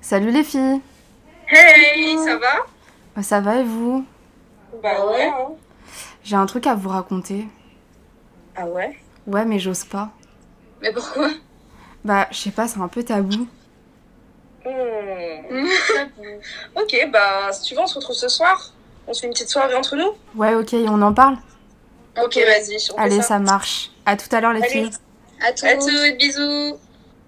Salut les filles. Hey, ça va Euh, Ça va et vous Bah ouais. hein. J'ai un truc à vous raconter. Ah ouais Ouais, mais j'ose pas. Mais pourquoi Bah, je sais pas, c'est un peu tabou. Ok, bah si tu veux, on se retrouve ce soir. On se fait une petite soirée entre nous Ouais, ok, on en parle Ok, vas-y. on fait Allez, ça marche. À tout à l'heure les Allez. filles. À toutes, bisous.